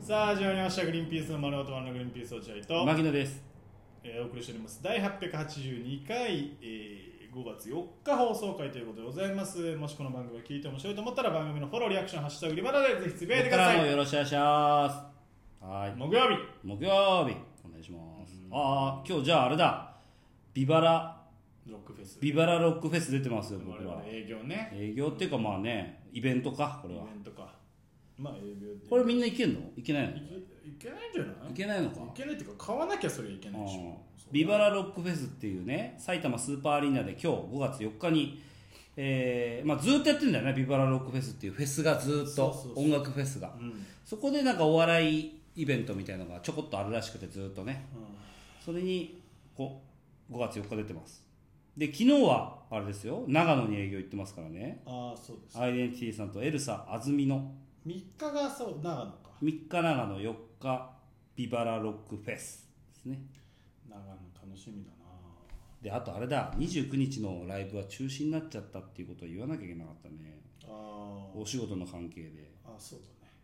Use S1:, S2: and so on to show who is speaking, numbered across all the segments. S1: さあ始まりました「グリーンピースの丸ごとワンのグリーンピース落合」と、
S2: 牧野です
S1: えーお送りしております第882回、えー5月4日放送回ということでございますもしこの番組を聞いて面白いと思ったら番組のフォローリアクション「ハッシュタグリバナ」でぜひつぶやいてく
S2: 僕か
S1: だ
S2: ら
S1: さ
S2: も
S1: い
S2: よろしくお願いしますはい
S1: 木曜日
S2: 木曜日お願いしますああ今日じゃああれだビバラ
S1: ロックフェス
S2: ビバラロックフェス出てますよ
S1: 我
S2: 僕
S1: 々
S2: は
S1: 営業ね
S2: 営業っていうかまあねイベントかこ
S1: イ
S2: れ
S1: ベ
S2: は
S1: ントかまあ営業で
S2: これみんな行けんの行けないの
S1: いけいけないんじゃない
S2: 行けないのか
S1: いけないっていうか買わなきゃそれいけないでし
S2: うん
S1: ょそう
S2: ビバラロックフェスっていうね埼玉スーパーアリーナで今日5月4日に、えーまあ、ずーっとやってんだよねビバラロックフェスっていうフェスがずーっ
S1: そうそう
S2: と
S1: そう
S2: 音楽フェスが
S1: うん
S2: そこでなんかお笑いイベントみたいなのがちょこっとあるらしくてずーっとね
S1: うん
S2: それにこう5月4日出てますで昨日はあれですよ長野に営業行ってますからね
S1: ああそうです
S2: アイデンティティさんとエルサ安住の
S1: 3日がそう長野か
S2: 3日長野4日ビバラロックフェスですね
S1: 長野楽しみだな
S2: であとあれだ29日のライブは中止になっちゃったっていうことを言わなきゃいけなかったね
S1: あ
S2: お仕事の関係で
S1: ああそう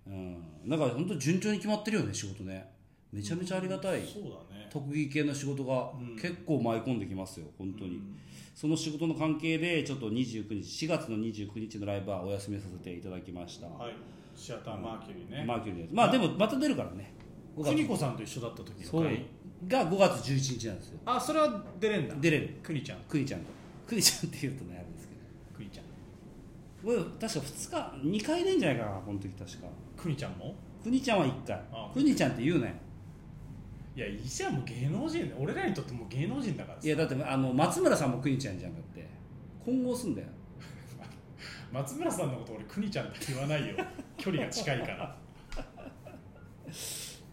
S1: だね
S2: うんだから本当順調に決まってるよね仕事ねめちゃめちゃありがたい、
S1: そうだね
S2: 特技系の仕事が結構舞い込んできますよ本当に、
S1: うん
S2: その仕事の関係でちょっと29日4月の29日のライブはお休みさせていただきました、
S1: はいシアターマーキュリーね、
S2: マーキュリーですまあでもまた出るからね5
S1: 邦
S2: 月
S1: 子さんと一緒だった時
S2: そ
S1: の
S2: う
S1: 回
S2: が5月11日なんですよ
S1: あそれは出れんだ
S2: 出れる
S1: 邦ちゃん
S2: クニちゃんとクニちゃんっていうとねあるんですけど
S1: 邦ちゃん
S2: これ確か2日2回出んじゃないかなこの時確か
S1: 邦ちゃんも
S2: クニちゃんは1回
S1: あ
S2: クニちゃんって言うね
S1: いや医者もう芸能人俺らにとってもう芸能人だから
S2: い
S1: さ
S2: やだってあの松村さんもクニちゃんじゃんだって混合すんだよ
S1: 松村さんのこと俺邦ちゃんって言わ ないよ距離が近いから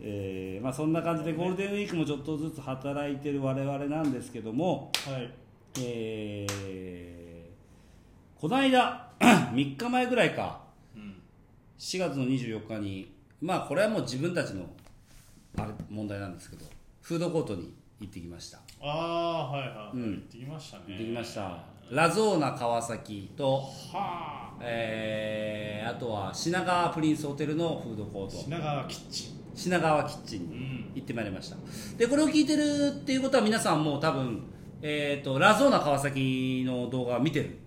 S2: えーまあそんな感じでゴールデンウィークもちょっとずつ働いてる我々なんですけども、
S1: はい
S2: えーこの間 3日前ぐらいか
S1: うん
S2: 4月の24日にまあこれはもう自分たちのあれ問題なんですけどフードコートに行ってきました
S1: ああはいはい、
S2: うん
S1: 行ってきましたね
S2: 行ってきましたラゾーナ川崎と、
S1: はあ
S2: えーあとは品川プリンスホテルのフードコート
S1: 品川キッチン
S2: 品川キッチン
S1: う
S2: に
S1: ん
S2: 行ってまいりましたでこれを聞いてるっていうことは皆さんもう多分、えー、とラゾーナ川崎の動画を見てる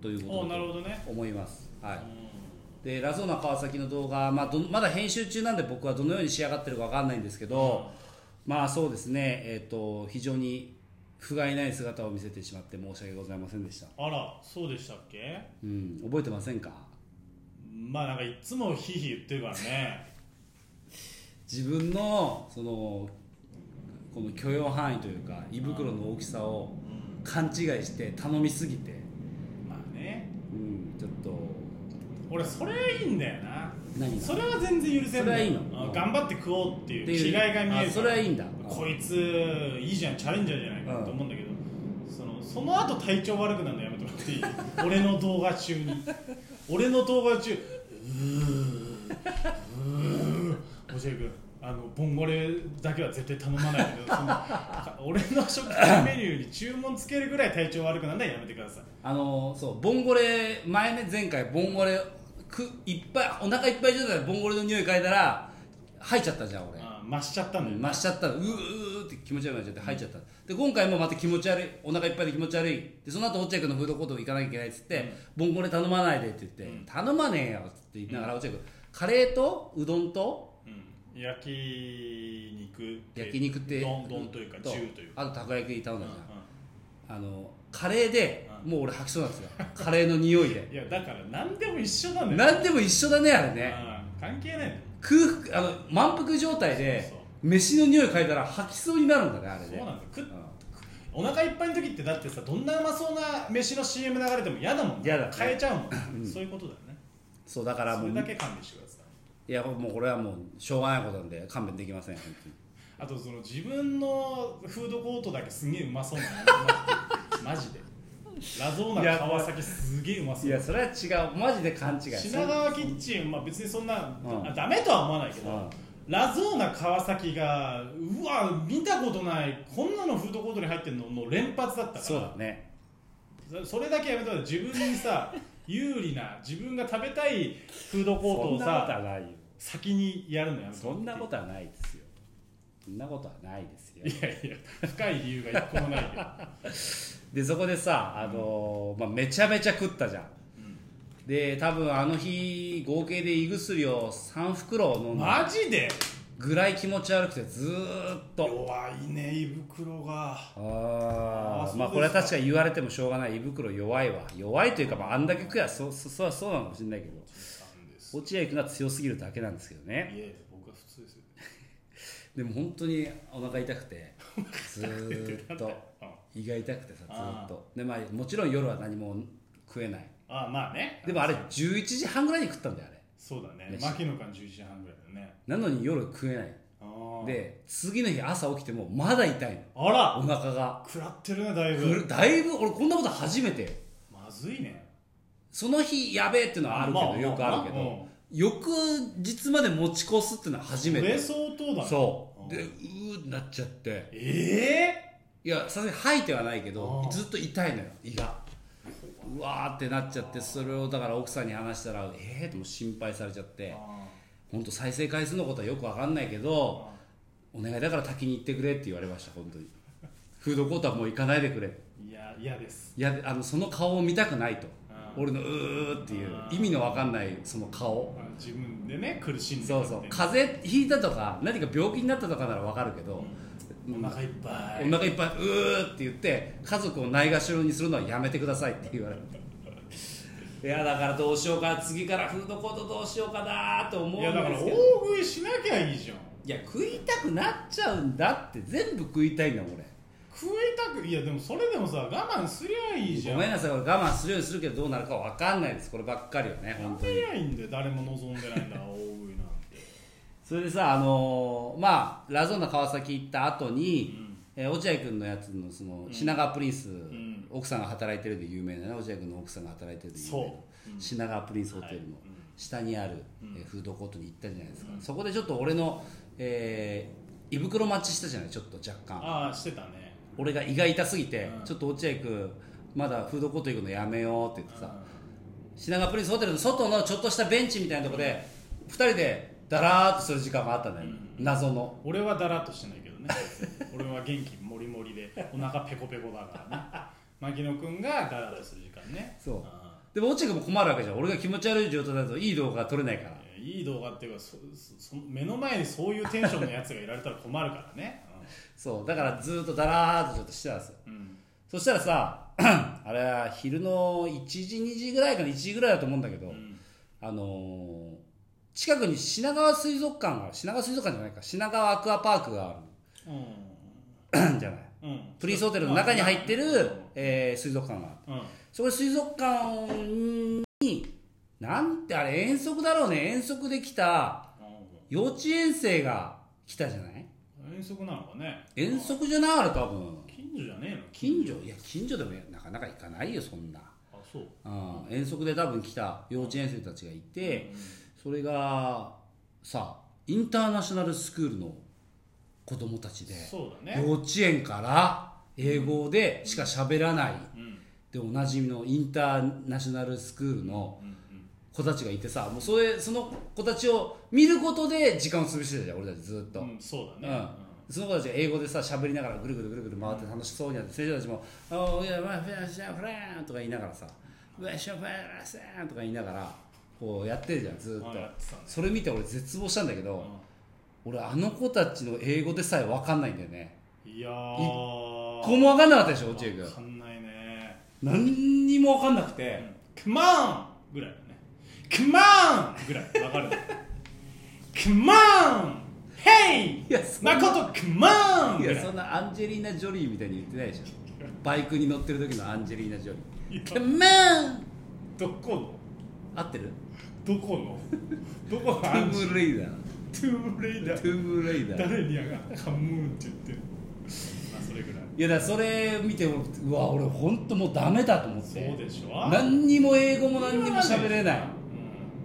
S2: という
S1: おー
S2: こと
S1: な
S2: だ
S1: るほどね
S2: と思います、は
S1: う
S2: い、
S1: ん
S2: でラゾーナ川崎の動画、まあ、どまだ編集中なんで僕はどのように仕上がってるか分かんないんですけど、まあそうですね、えー、と非常に不甲斐ない姿を見せてしまって申し訳ございませんでした、
S1: あらそうでしたっけ
S2: うん、覚えてませんか
S1: まあなんかいつもヒーヒー言ってるからね
S2: 自分のそのこの許容範囲というか胃袋の大きさを
S1: うん
S2: 勘違いして頼みすぎて、
S1: まあね
S2: うん、ちょっと
S1: 俺それいいんだよな
S2: 何が
S1: それは全然許せんだよ
S2: それはいいの
S1: あ頑張って食おうっていう気概が見えるから
S2: あそれはいいんだ
S1: こいついいじゃんチャレンジャーじゃないかと思うんだけど、そのその後体調悪くなるのやめてもらっていい 俺の動画中に俺の動画中うーうー落合君あのボンゴレだけは絶対頼まないけどその俺の 食品メニューに注文つけるぐらい体調悪くなるのはやめてください
S2: あのそうボンゴレ前ね前回ボンゴレくいっぱいお腹いっぱい状態でボンゴレの匂い嗅いだら吐いちゃったじゃん俺
S1: あ増しちゃったんだよ、
S2: 増しちゃったうーうーって気持ち悪くなっちゃって吐いちゃった、で今回もまた気持ち悪いお腹いっぱいで気持ち悪いでその後落合君のフードコート行かなきゃいけないっつって、ボンゴレ頼まないでって言って、
S1: うん
S2: 頼まねえよっつって言いながら落合君カレーとうどんと
S1: うん、焼き肉
S2: 焼肉って
S1: 丼丼というか中というか、
S2: あとたこ焼き頼んだじゃん、
S1: うん
S2: あのカレーで、
S1: うん
S2: もう俺吐きそうなんですよカレーの匂 いで
S1: いやだから何でも一緒なんだよ
S2: 何でも一緒だねあれね
S1: うん関係ないの
S2: 空腹あの満腹状態で
S1: そう
S2: 飯の匂い嗅いだら吐きそうになるんだねあれ
S1: そう
S2: ね
S1: なんだよ食っ
S2: うん
S1: お腹いっぱいの時ってだってさどんなうまそうな飯の CM 流れても嫌だもん
S2: 嫌だね
S1: 変えちゃうもん、そういうことだよね
S2: そうだから
S1: そ
S2: もう
S1: れだけ勘弁してください
S2: いやもうこれはもうしょうがないことなんで勘弁できません本当に
S1: あとその自分のフードコートだけすげえうまそうなのマジでラゾー
S2: い
S1: ナ
S2: や
S1: 川崎すげえうまそう
S2: いやそれは違うマジで勘違い
S1: 品川キッチン、まあ、別にそんな、
S2: うん
S1: あダメとは思わないけど、
S2: うん
S1: ラゾーナ川崎がうわ見たことないこんなのフードコートに入ってるのの連発だったから
S2: そうだね
S1: そそれだけやめた ら自分にさ有利な自分が食べたいフードコートを
S2: そんなこと
S1: さ
S2: はないよ
S1: 先にやるのやめて
S2: そんなことはないですよそんなことはないですよ
S1: いやいや深い理由が一個もない けど、
S2: でそこでさあのー、まあ、めちゃめちゃ食ったじゃんで多分あの日合計で胃薬を3袋飲んだ
S1: マジで
S2: ぐらい気持ち悪くてずーっと
S1: 弱いね胃袋が
S2: あ
S1: あ
S2: あ
S1: ー
S2: まあ
S1: そ
S2: こ
S1: う
S2: れ
S1: です
S2: は
S1: か
S2: 確かに言われてもしょうがない胃袋弱いわ弱いというか、まあ、あんだけ食やそそそはそうなのかもしれないけど
S1: なんです
S2: 落合君が強すぎるだけなんですけどね
S1: いやいや僕は普通ですよ
S2: でも本当にお腹痛く てずーっと胃が痛くてさずーっとで、まあ、もちろん夜は何も食えない
S1: ああまあね
S2: でもあれ11時半ぐらいに食ったんだよあれ
S1: そうだね
S2: 飯
S1: 牧野館11時半ぐらいだね
S2: なのに夜食えない
S1: あー
S2: で次の日朝起きてもまだ痛いの
S1: あら
S2: お腹が
S1: 食らってるねだい
S2: ぐ
S1: ぶ
S2: るだいぶ俺こんなこと初めてよ
S1: まずいね
S2: その日やべえっていうのはあるけど、
S1: まあ
S2: よくあるけど、
S1: まあうん
S2: 翌日まで持ち越すっていうのは初め
S1: そ
S2: て
S1: れ相当だね
S2: そううんでうーなっちゃって
S1: え
S2: いやさすがに吐いてはないけど
S1: あー
S2: ずっと痛いのよ胃がうわーってなっちゃってそれをだから奥さんに話したらええー、とも心配されちゃっ
S1: え
S2: て
S1: あ
S2: 本当再生回数のことはよくわかんないけど
S1: あ
S2: お願いだから滝に行ってくれって言われました本当にフードコートはもう行かないでくれ
S1: ーいや嫌です
S2: いやあのその顔を見たくないと
S1: あー
S2: 俺のうーっていう
S1: あー
S2: 意味のわかんないその顔
S1: あの自分でね苦しんで
S2: そうそう風邪ひいたとか何か病気になったとかならわかるけど、
S1: お腹いっぱい
S2: お腹いっぱいうーって言って家族をないがしろにするのはやめてくださいって言われていやだからどうしようか次からフードコートどうしようかなーと思うん
S1: いやだから
S2: で
S1: 大
S2: すけど
S1: 食いしなきゃいいじゃん
S2: いや食いたくなっちゃうんだって全部食いたいんだもん俺
S1: 食いたくいやでもそれでもさ我慢すりゃいいじゃ
S2: ご
S1: ん
S2: めんなさい俺我慢するようにするけどどうなるか分かんないですこればっかりはね本当
S1: 食
S2: に
S1: りゃいいんだよ誰も望んでないん だ大食いなんて
S2: それでさあのーまあラゾーナ川崎行った後に、
S1: うん
S2: えー落合君のやつのその品川プリンス、
S1: ん
S2: 奥さんが働いてるで有名なね落合君の奥さんが働いてるで有名な
S1: そううん
S2: 品川プリンスホテルの
S1: はいうん
S2: 下にある、
S1: うん
S2: えーフードコートに行ったじゃないですか、
S1: うん
S2: そこでちょっと俺の、えー胃袋待ちしたじゃないちょっと若干
S1: ああしてたね
S2: 俺が胃が痛すぎて、
S1: うん
S2: ちょっと落合君まだフードコート行くのやめようって言ってさ、
S1: う
S2: 品川プリンスホテルの外のちょっとしたベンチみたいなところで2人でだらーっとする時間があったんだよ、
S1: うん
S2: 謎の
S1: ん俺はだらっとしてないけどね俺は元気もりもりでお腹ペコペコだ からね牧野君がだらだらする時間ね
S2: そう
S1: あ
S2: でも落合君も困るわけじゃん俺が気持ち悪い状態だといい動画が撮れないから
S1: あいい動画っていうかそそそ目の前にそういうテンションのやつがいられたら困るからね、
S2: そうだからずーっとだらーっとちょっとしてたんですよ
S1: うんうん
S2: そしたらさ あれは昼の1時2時ぐらいかな1時ぐらいだと思うんだけど、
S1: うん
S2: あのー近くに品川水族館が品川水族館じゃないか品川アクアパークがある じゃない
S1: うんうん
S2: プリンスホテルの中に入ってる、
S1: まあ
S2: えー水族館がある
S1: うん
S2: そこで水族館になんてあれ遠足だろうね遠足で来た幼稚園生が来たじゃない
S1: うん遠足なのかね
S2: 遠足じゃないあれ多分
S1: 近所じゃねえの
S2: 近所いや近所でもなかなか行かないよそんな、
S1: あそう
S2: うん、遠足で多分来た幼稚園生たちがいてそれがさインターナショナルスクールの子供たちで
S1: そうだね
S2: 幼稚園から英語でしか喋らない
S1: うん
S2: でおなじみのインターナショナルスクールの
S1: うんうん
S2: 子たちがいてさもうそれその子たちを見ることで時間を潰してたじゃん俺たちずっと、
S1: うんそうだ
S2: う
S1: ね
S2: んその子たちが英語でさ喋りながらぐるぐるぐるぐる回って楽しそうになって先生たちも「おーいやまあフェアシャフレーン」とか言いながらさ「ウェシャフェラセン」とか言いながらこうやってるじゃんず
S1: う
S2: っ
S1: ん
S2: と
S1: あやってたね
S2: それ見て俺絶望したんだけど、
S1: う
S2: 俺あの子たちの英語でさえ分かんないんだよね
S1: んいや
S2: 一
S1: ー
S2: 個も分かんなかったでしょ落合君
S1: わかんないね
S2: 何にも分かんなくて、
S1: 「Come on!」ぐらいだね「Come on!」ぐらいわかる「Come on! Hey!
S2: いやそんな
S1: 誠 Come on!」
S2: い
S1: ぐ
S2: や
S1: らい
S2: そんなアンジェリーナ・ジョリーみたいに言ってないでしょバイクに乗ってる時のアンジェリーナ・ジョリー
S1: い
S2: カ
S1: や
S2: メン
S1: どこの
S2: 合ってる
S1: どこのどこ
S2: ト
S1: の
S2: ゥームレイダー
S1: トゥームレイダ
S2: ト
S1: ー
S2: ゥームレイダー
S1: 誰にやがカムーンって言ってるまあそれぐらい
S2: いやだからそれ見てうわ俺本当もうダメだと思っ
S1: そう
S2: て
S1: でしょ
S2: 何にも英語も何にも喋れない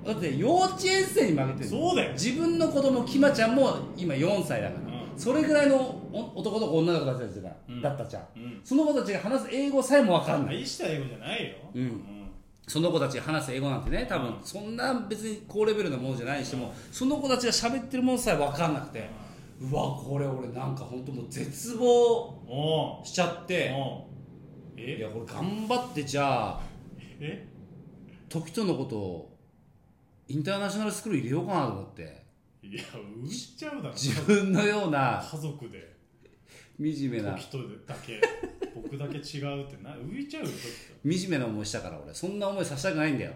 S2: だって幼稚園生に負けてる
S1: そうだよ
S2: 自分の子供キマちゃんも今4歳だから、
S1: うん
S2: それぐらいのお男の子女の子だったじゃない、
S1: うん
S2: だったじゃん、
S1: うん
S2: その子たちが話す英語さえも分かんない
S1: 大した英語じゃないよ
S2: うんその子たちが話す英語なんてね多分そんな別に高レベルなものじゃないにしてもその子たちが喋ってるものさえ分かんなくてうわこれ俺なんか本当もう絶望
S1: おう
S2: しちゃって
S1: おう
S2: い
S1: え
S2: やこれ頑張ってじゃあ
S1: え
S2: 時とのことをインターナショナルスクール入れようかなと思って
S1: いや浮いちゃうだろ
S2: 自分のような
S1: 家族で
S2: 惨めな
S1: 時とだけ僕だけ違うってな浮いちゃうよ時
S2: 惨めな思いしたから俺そんな思いさせたくないんだよ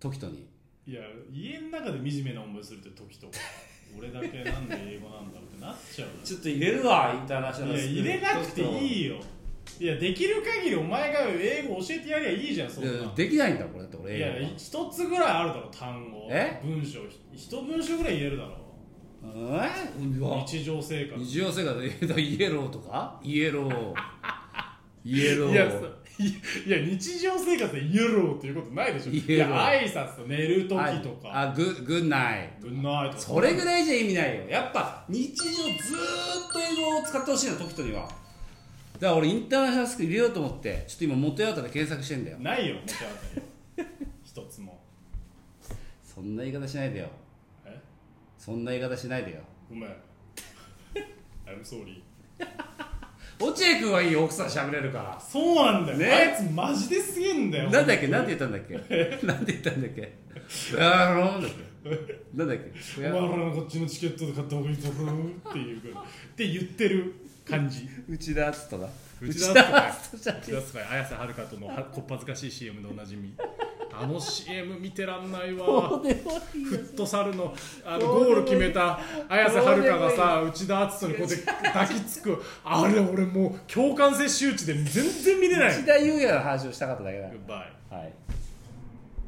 S2: 時とに
S1: といや家の中で惨めな思いするって時 と俺だけなんで英語なんだろうってなっちゃうだろ
S2: ちょっと入れるわインターナショナ
S1: い
S2: ル
S1: や
S2: スクー
S1: 入れな
S2: ル
S1: くて
S2: い
S1: いいよいやできる限りお前が英語教えてやりゃいいじゃんそんな
S2: やできないんだこれだって俺
S1: いや
S2: 英語が
S1: 一つぐらいあるだろ単語
S2: え
S1: 文章ひ一文章ぐらい言えるだろ
S2: えー、うわ
S1: 日常生活
S2: 日常生活で言うとイエローとかイエローイエロー
S1: いやそう いや日常生活でイエローっていうことないでしょ
S2: イエロー
S1: いや挨拶と寝る時と
S2: あ
S1: か
S2: あググッナイ
S1: グッナイとか
S2: それぐらいじゃ意味ないよやっぱ日常ずーっと英語を使ってほしいの時とにはだから俺インターナショナルスクール入れようと思ってちょっと今元ヤタで検索してんだよ
S1: ないよ持ち当た り一つも
S2: そんな言い方しないでよ
S1: え
S2: そんな言い方しないでよ
S1: ごめん I'm sorry
S2: 落合君はいいよ奥さん喋れるか
S1: そうなんだよ、
S2: ね
S1: あいつマジですげえんだ
S2: ら
S1: よ
S2: なんだっけなんて言ったんだっ けなんて言ったんだっけあーなんだっけなんだっ
S1: お
S2: け
S1: 前らのこっちのチケットで買った方がいいと思うっていうぐらいって言ってる感じ
S2: 内田篤人だ
S1: 内田篤
S2: 篤人じゃね
S1: 出すか綾瀬はるかとのはこっぱずかしい CM でおなじみあの CM 見てらんない わフットサルのあのゴール決めた綾瀬はるかがさ内田篤人にこうやって抱きつくあれ俺もう共感性周知で全然見れ
S2: え
S1: ない
S2: 内田裕也の話をしたかっただけだ
S1: グッバイ
S2: はい